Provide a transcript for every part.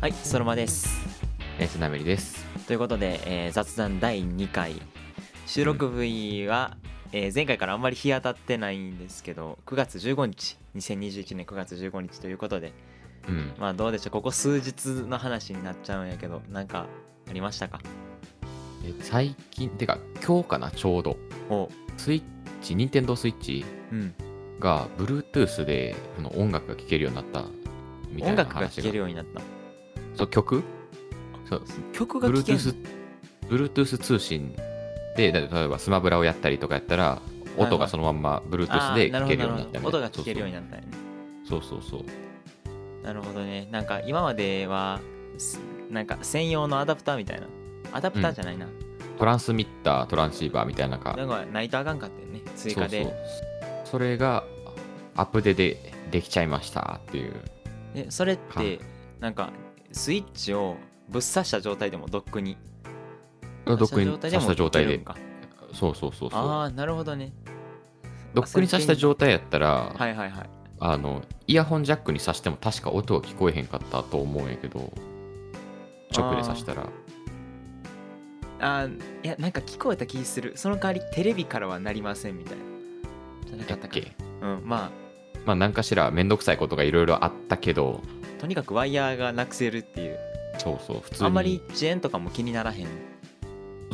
はい、そのまです。えー、スナメリです。ということで、えー雑談第2回収録日は、えー前回からあんまり日当たってないんですけど9月15日2021年9月15日ということでうん。まあどうでしょうここ数日の話になっちゃうんやけどなんかありましたかえー最近、てか、今日かな、ちょうど。おスイッチ、ニンテンドースイッチうんが、Bluetooth でその音楽が聴けるようになったみた音いな楽が話聴が。けるようになったそう、曲そう、曲が聴ける Bluetooth、Bluetooth 通信で、だ例えばスマブラをやったりとかやったら、はい音がそのまんま Bluetooth あでーな聴るけほどるようなるになっほたど音みたいなが聴けるようになったんやねそうそうそうそう。なるほどねなんか今まではすなんか専用のアダプターみたいなアダプターじゃないな、トランスミッター、トランシーバーみたいなのがなんかないとあかんかったよね追加でそうそうそれがアップデでできちゃいましたっていうえそれっはていなんかスイッチをぶっ刺した状態でもドックにドックに刺し刺したた状態で状態でもいけるんかそうそうそうあそうあなるほどねドックに刺した状態やったら、はいはいはいあのイヤホンジャックに刺しても確か音は聞こえへんかったと思うんやけど直で刺したらあーいやなんか聞こえた気するその代わりテレビからはなりませんみたいなじゃなかやっったかけなうんままあ何かしらめんどくさいことがいろいろあったけどあとにかくワイヤーがなくせるっていうそうそう普通にあんまり遅延とかも気にならへん、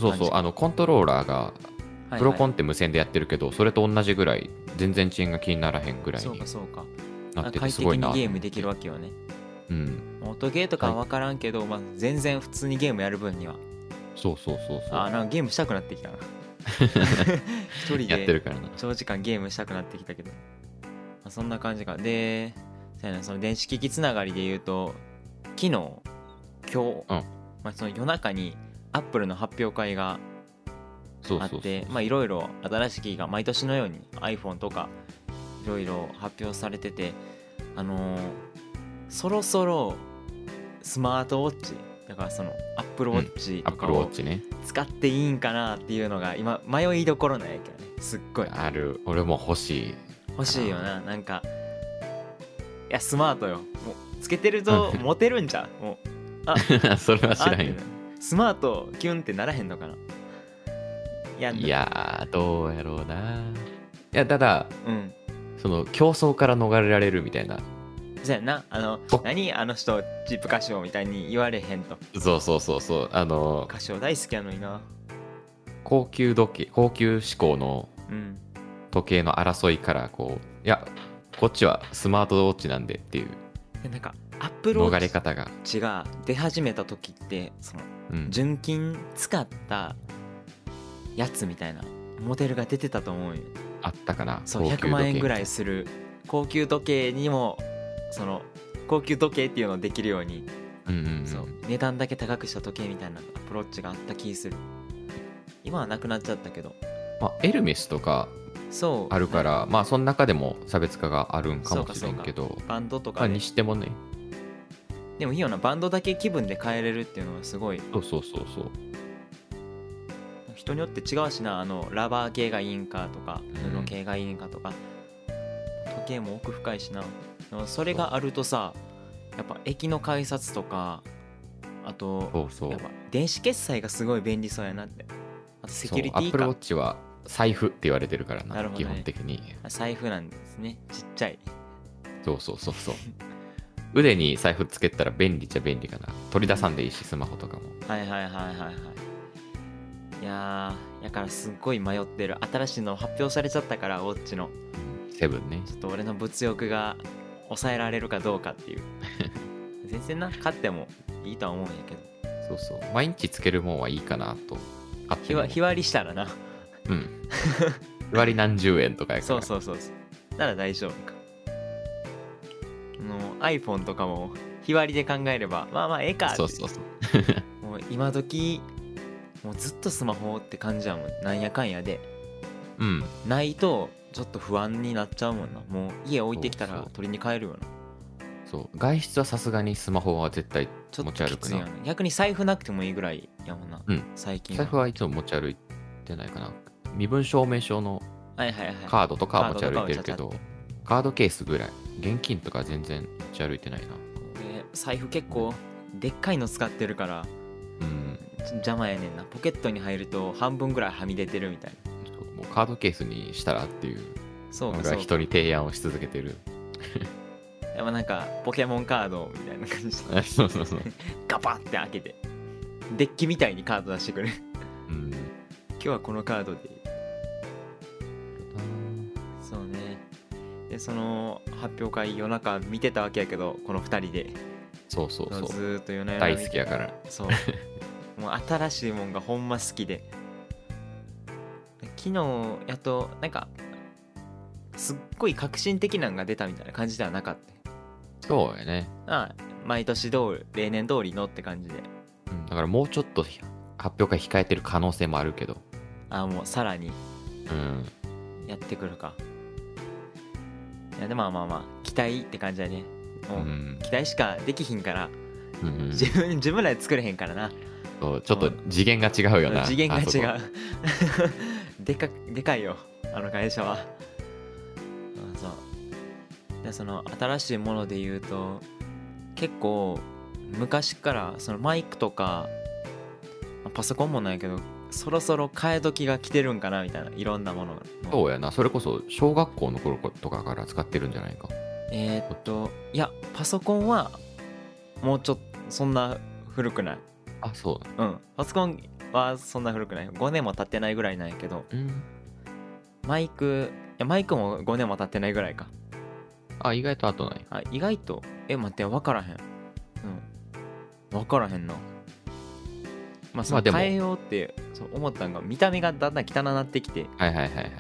そうそうあのコントローラーがプロコンンって無線でやってるけど、それと同じぐらい全然遅延が気にならへんぐらいそうにかそうかなってあて快す適ごいなにゲームできるわけよねうん音ゲーとかは分からんけど、まあ、全然普通にゲームやる分にはそうそうそうそうあーなんかゲームしたくなってき たな一人やってでるからな長時間ゲームしたくなってきたけど、まあ、そんな感じかでそうやなその電子機器つながりで言うと昨日今日、まあ、その夜中にアップルの発表会がそうあそうっそうてまあいろいろ新しい機器が毎年のように iPhone とかいろいろ発表されててあのーそろそろスマートウォッチだからそのアップルウォッチアとップかルウォをッチね使っていいんかなっていうのが今迷いどころなんやけどねすっごいある俺も欲しい欲しいよななんかいやスマートよもうつけてる とモテるんじゃうもう それは知らあんっよてなスマートキュンってならへんのかないやいやーどうやろうないやただうんその競争から逃れられるみたいなそうやなあのお何あの人チップ歌唱みたいに言われへんとそうそうそうそうあの歌唱大好きやのにな高級時計高級志向のうん時計の争いからこういやこっちはスマートウォッチなんでっていうでなんかアップルウォ逃れッ方が、チが出始めた時ってそのうん、純金使ったやつみたいなモデルが出てたと思うよあったかなそう高級100万円ぐらいいする高級時計にもその高級時計っていうのをできるように、うんうんうんそう値段だけ高くした時計みたいなアプローチがあった気する今はなくなっちゃったけどまあ、エルメスとかそうあるかなんらまあその中でも差別化があるんかもしれんけどバンドとまかあでにしてもねでもいいよなバンドだけ気分で変えれるっていうのはすごいそうそうそうそう人によって違うしなあのラバー系がいいんかとかうん布系がいいんかとか、時計も奥深いしなでもそれがあるとさやっぱ駅の改札とかあとそうそうやっぱ電子決済がすごい便利そうやなってあとセキュリテそうィ Apple か Watch は財布って言われてるからななるほど基ね本的に財布なんですねちっちゃいそうそうそうそう腕に財布つけたら便利じゃ便利かな取り出さんでいいしスマホとかもはいはいはいはいはいいやーやからすっごい迷ってる新しいの発表されちゃったからウォッチのセブンねちょっと俺の物欲が抑えられるかどうかっていう 全然な買ってもいいとは思うんやけどそうそう毎日つけるもんはいいかなとあっ日ては日割りしたらなうん日割り何十円とかやかそらうそうそうそうなら大丈夫かあの iPhone とかも日割りで考えればまあまあええかってそうそうそうもう今時もうずっとスマホって感じやもんなんやかんやでうんないとちょっと不安になっちゃうもんなもう家置いてきたそうらそう取りに帰るよなそう外出はさすがにスマホは絶対ちょっ持ときち歩つくいよなな逆に財布なくてもいいぐらいやもんな、うん最近財布はいつも持ち歩いてないかな身分証明書のはいはいはいカードとかは持ちカードとか歩はいてるけどカードケースぐらい現金とか全然持ち歩いてないなえー財布結構でっかいの使ってるからうんち邪魔やねんなポケットに入ると半分ぐらいはみ出てるみたいなそうもうカードケースにしたらっていうそうのかがそうか人に提案をし続けてるやっぱなんかポケモンカードみたいな感じでそうそうそう、ガパって開けてデッキみたいにカード出してくるうん、今日はこのカードでそうねでその発表会夜中見てたわけやけどこの2人でそうそうずそうーっと夜な夜な大見て好きやからそうもう新しいもんがほんま好きで昨日やっとなんかすっごい革新的なんが出たみたいな感じではなかったそうやね、ああ毎年通り例年通りのって感じでうん、だからもうちょっと発表会控えてる可能性もあるけどああもうさらにうんやってくるかいやでもまあまあまあ期待って感じだねうもうん期待しかできひんから、うんうん自分自分らで作れへんからなそうちょっと次元が違うよな次元が違あう でかでかいよあの会社はうんそうでその新しいもので言うと結構昔からそのマイクとかまあパソコンもないけどそろそろ替え時が来てるんかなみたいないろんなもののそこそうやなそれこそ小学校の頃とかから使ってるんじゃないかえーっといやパソコンはもうちょっとそんな古くないあそううんパソコンはそんな古くない5年も経ってないぐらいなんやけどうんマイクいやマイクも5年も経ってないぐらいかあ意外と後ないあ意外とえ待って分からへんうん分からへんなまあそまのあでも変えようってそう思ったんが見た目がだんだん汚なってきてはいはいはいはいはい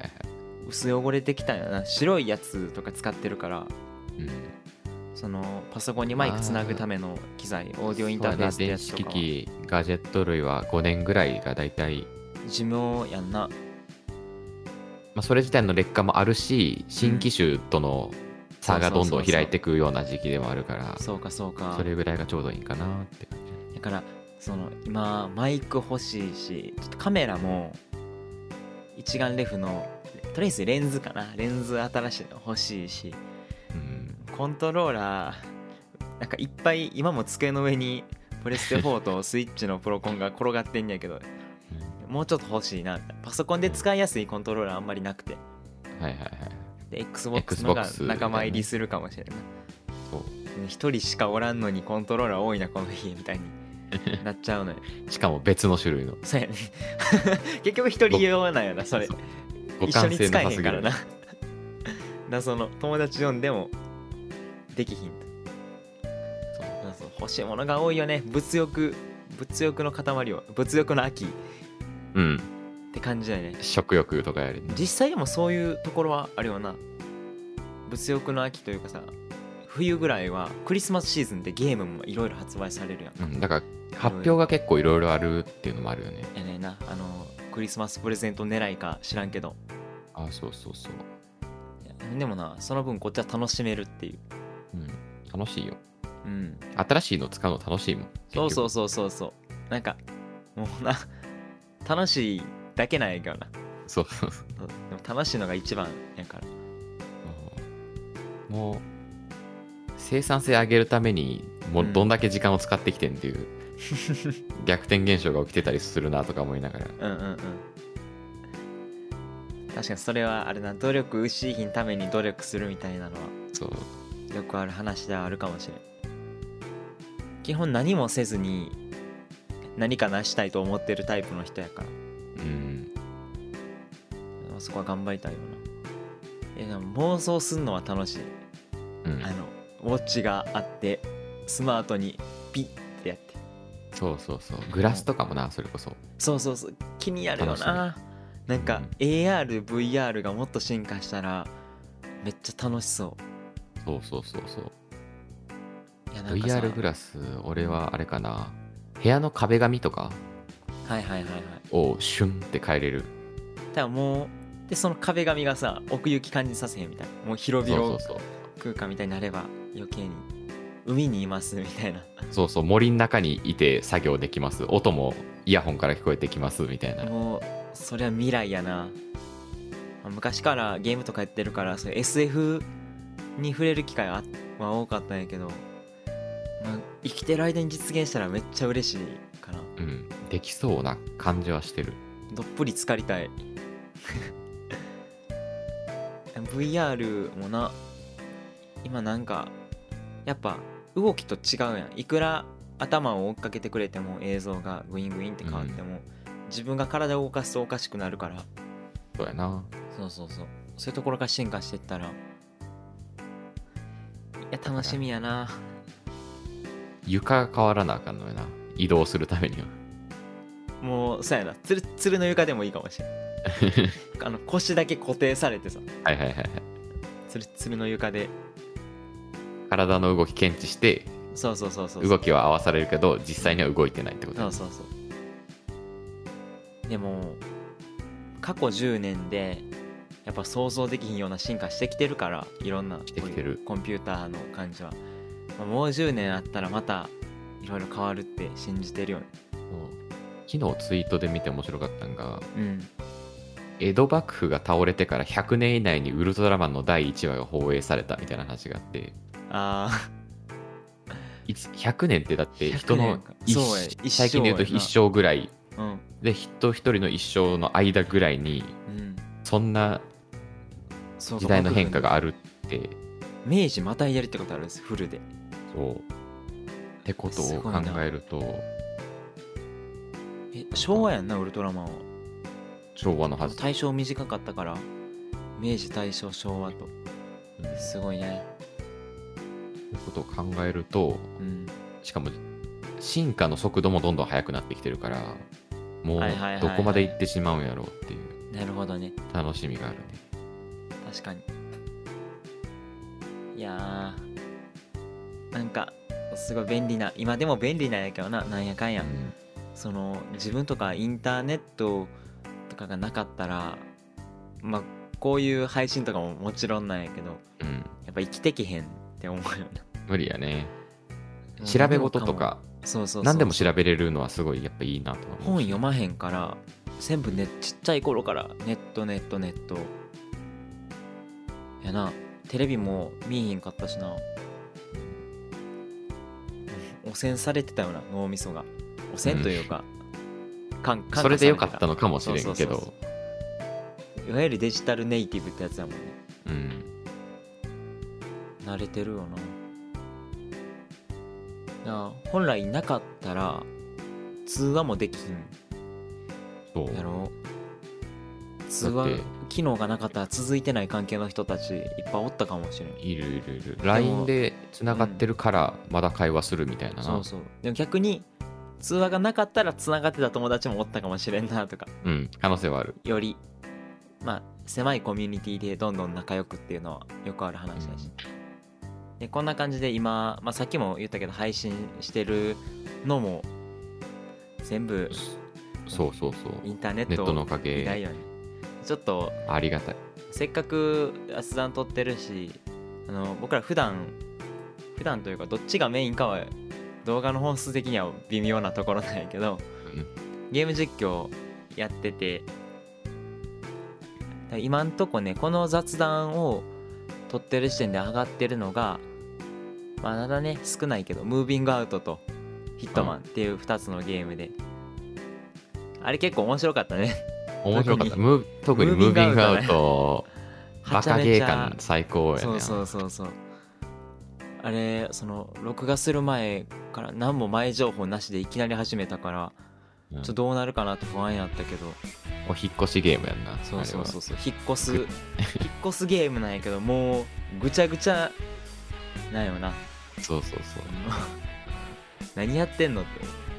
薄汚れてきたんやな白いやつとか使ってるからうんそのパソコンにマイクつなぐための機材オーディオインターフェースっそうてやねや電つ子と機かは器ガジェット類は5年ぐらいが大体、寿命やんなまあ、それ自体の劣化もあるし新機種との差がどんどん開いていくような時期でもあるからそうかそうかそれぐらいがちょうどいいかなって感じだからその今マイク欲しいしちょっとカメラも一眼レフのとりあえずレンズかなレンズ新しいの欲しいしうんコントローラーなんかいっぱい今も机の上にプレステ4とスイッチのプロコンが転がってんやけどもうちょっと欲しいなパソコンで使いやすいコントローラーあんまりなくてうんはいはいはいで XBOX のが Xbox 仲間入りするかもしれないそう一人しかおらんのにコントローラー多いなこの家みたいになっちゃうのよしかも別の種類のそうやね 結局一人用なんやなそれそう互一緒換に性使なえさへすんぎからるな なその友達呼んでもできひんとそうそうそう欲しいものが多いよね物欲物欲の塊を物欲の秋っうんて感じだよね食欲とかよりね実際でもそういうところはあるよな物欲の秋というかさ冬ぐらいはクリスマスシーズンでゲームもいろいろ発売されるやんうん、だから発表が結構いろいろあるっていうのもあるよね。やねんなあのクリスマスプレゼント狙いか知らんけどあそうそうそう。いやでもなその分こっちは楽しめるっていううん、楽しいよ。うん新しいの使うの楽しいもん。そうそう結そうそうそうなんかもうな 楽しいだけなんやけどな局そうそうそう。そうでも楽しいのが一番やからうんもう生産性上げるためにもううんどんだけ時間を使ってきてんっていう逆転現象が起きてたりするなとか思いながら。うんうんうん確かにそれはあれな努力うしいひんために努力するみたいなのはそうよくある話ではあるかもしれん基本何もせずに何か成したいと思ってるタイプの人やからうんそこは頑張りたいよな。いやでも妄想すんのは楽しい。うんあの、ウォッチがあって、スマートにピッってやって。そうそうそうグラスとかもなそれこそそうそうそう、気になるよな楽。なんか、うん AR、VR がもっと進化したら、めっちゃ楽しそそうそうそうそうう。いや、なんかさ VR グラス俺はあれかな部屋の壁紙とかはいはいはいはい。をシュンって変えれるただもう、で、その壁紙がさ、奥行き感じさせへんみたいな。もう広そう々そうそう空間みたいになれば、余計に。海にいますみたいな。そうそう森の中にいて作業できます音もイヤホンから聞こえてきますみたいなもうそりゃ未来やな昔からゲームとかやってるからそういう SF に触れる機会はは多かったんやけどうん生きてる間に実現したらめっちゃ嬉しいかなうん、できそうな感じはしてる。どっぷり浸かりたい VR もな今なんかやっぱ動きと違うやんいくら頭を追っかけてくれても映像がグイングインって変わっても、自分が体を動かすとおかしくなるからそうやな。そうそうそうそういうところから進化していったらいや楽しみやな床が変わらなあかんのよな。移動するためには。もうそうやなつるつるの床でもいいかも しれんあの腰だけ固定されてさはいはいはいはい。つるつるの床で体の動き検知して、そうそうそうそうそう動きは合わされるけど、実際には動いてないってことそやうそうそうでも過去10年でやっぱ想像できひんような進化してきてるからいろんなしてきてるこういうコンピューターの感じは、まあもう10年あったらまたいろいろ変わるって信じてるよねもう昨日ツイートで見て面白かったんが、うん江戸幕府が倒れてから100年以内にウルトラマンの第1話が放映されたみたいな話があって、あいち100年ってだって人100の年一かそうや一生最近で言うとやな一生ぐらいあ うんで人一人の一生の間ぐらいにうんそんなそうか時代の変化があるって幕府明治またいでるってことあるんですフルでそうってことすをご考いなえるとえ昭和やんなウルトラマンは昭和のはず大正短かったから明治大正昭和とうんっすごいねてことを考えるとうんしかも進化の速度もどんどん速くなってきてるからもうはいはいはいはいどこまで行ってしまうんやろうっていうなるほどね楽しみがあるね確かにいやーなんかすごい便利な今でも便利なんやけどななんやかんや、うんその自分とかインターネットとかがなかったらまあこういう配信とかももちろんなんやけどうんやっぱ生きてきへんって思うよ無理やねな調べ事とかそうそうそう何でも調べれるのはすごいやっぱいいなとは思う本読まへんから全部ねちっちゃい頃からネットネットネットやなテレビも見えへんかったしな汚染されてたよな脳みそが汚染というか、感感化それでよさかっれてたのかもしれんそけうそうそうどそういわゆるデジタルネイティブってやつだもんねうん慣れてるよななあ本来なかったら通話もできひんそうやろ通話だって機能がなかったら続いてない関係の人たちいっぱいおったかもしれんいるいるいる LINE でつながってるからまだ会話するみたいななそうそうでも逆に通話がなかったらつながってた友達もおったかもしれんなとかうん可能性はあるよりまあ狭いコミュニティでどんどん仲良くっていうのはよくある話だし、でこんな感じで今、まあ、さっきも言ったけど配信してるのも全部そうそうそうインターネネッットのおトか以外げよねちょっとありがたいせっかく雑談撮ってるしあの僕ら普段普段というかどっちがメインかは動画の本数的には微妙なところなんやけどうんゲーム実況やってて今んとこねこの雑談を撮ってる時点で上がってるのが、まあ、まだね少ないけど「ムービングアウト」と「ヒットマン」っていう2つのゲームで、あれ結構面白かったね面白かったムー特にムムービーンビンググアアウトウねトはバカゲーちゃめちゃ感最高やそうねそうそうそうあれその録画する前から何も前情報なしでいきなり始めたからうちょんっとどうなるかなって不安やったけど、お引っ越しゲームやんなそうそうそううそう引っ越す引っ越すゲームなんやけどもうぐちゃぐちゃなんよなそうそうそう何やってんのって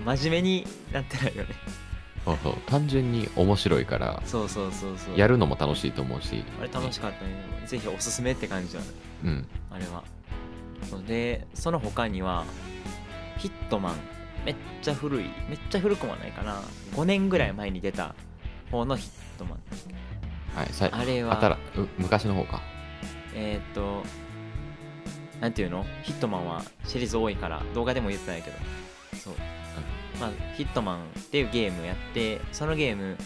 真面目になってないよねそうそう単純に面白いからそうそうそうそうやるのも楽しいと思うしあれ楽しかったねぜひおすすめって感じだねうんあれはそうでその他にはヒットマンめっちゃ古いめっちゃ古くもないかな5年ぐらい前に出た方のヒットマンはいさいあれあたらはう昔の方かえーっとなんていうのヒットマンはシリーズ多いから動画でも言ってないけどそう、まあ、ヒットマンっていうゲームやってそのゲーム、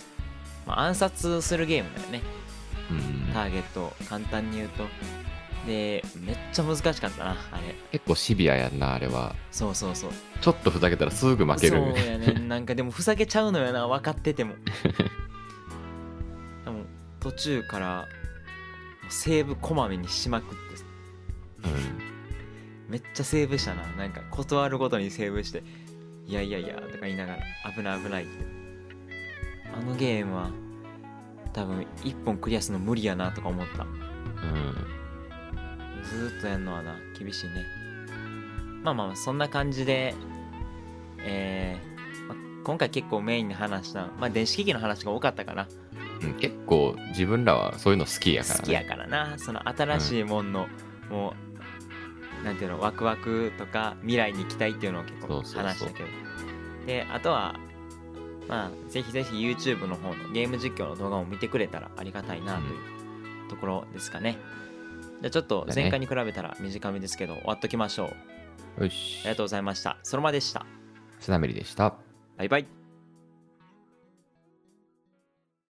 まあ暗殺するゲームだよねうんうんうんターゲットを簡単に言うとでめっちゃ難しかったなあれ結構シビアやんなあれはそうそうそうちょっとふざけたらすぐ負けるそうやねんなんかでもふざけちゃうのよな分かってて もでも途中からセーブこまめにしまくってうんめっちゃセーブしたななんか断るごとにセーブして「いやいやいや」とか言いながら「危ない危ない」ってあのゲームは多分1本クリアするの無理やなとか思ったうんずーっとやるのはな厳しいねまあまあまあそんな感じでえーまあ今回結構メインに話した、まあ、電子機器の話が多かったかなうん結構自分らはそういうの好きやから、ね、好きやからなその新しいもんの、もうなんていうのワクワクとか未来に期待っていうのを結構そうそうそう話したけどであとはまあぜひぜひ YouTube の方のゲーム実況の動画も見てくれたらありがたいなというところですかね、じゃあちょっと前回に比べたら短めですけど終わっときましょうあよしりがとうございましたそのまでしたスナメリでしたバイバイ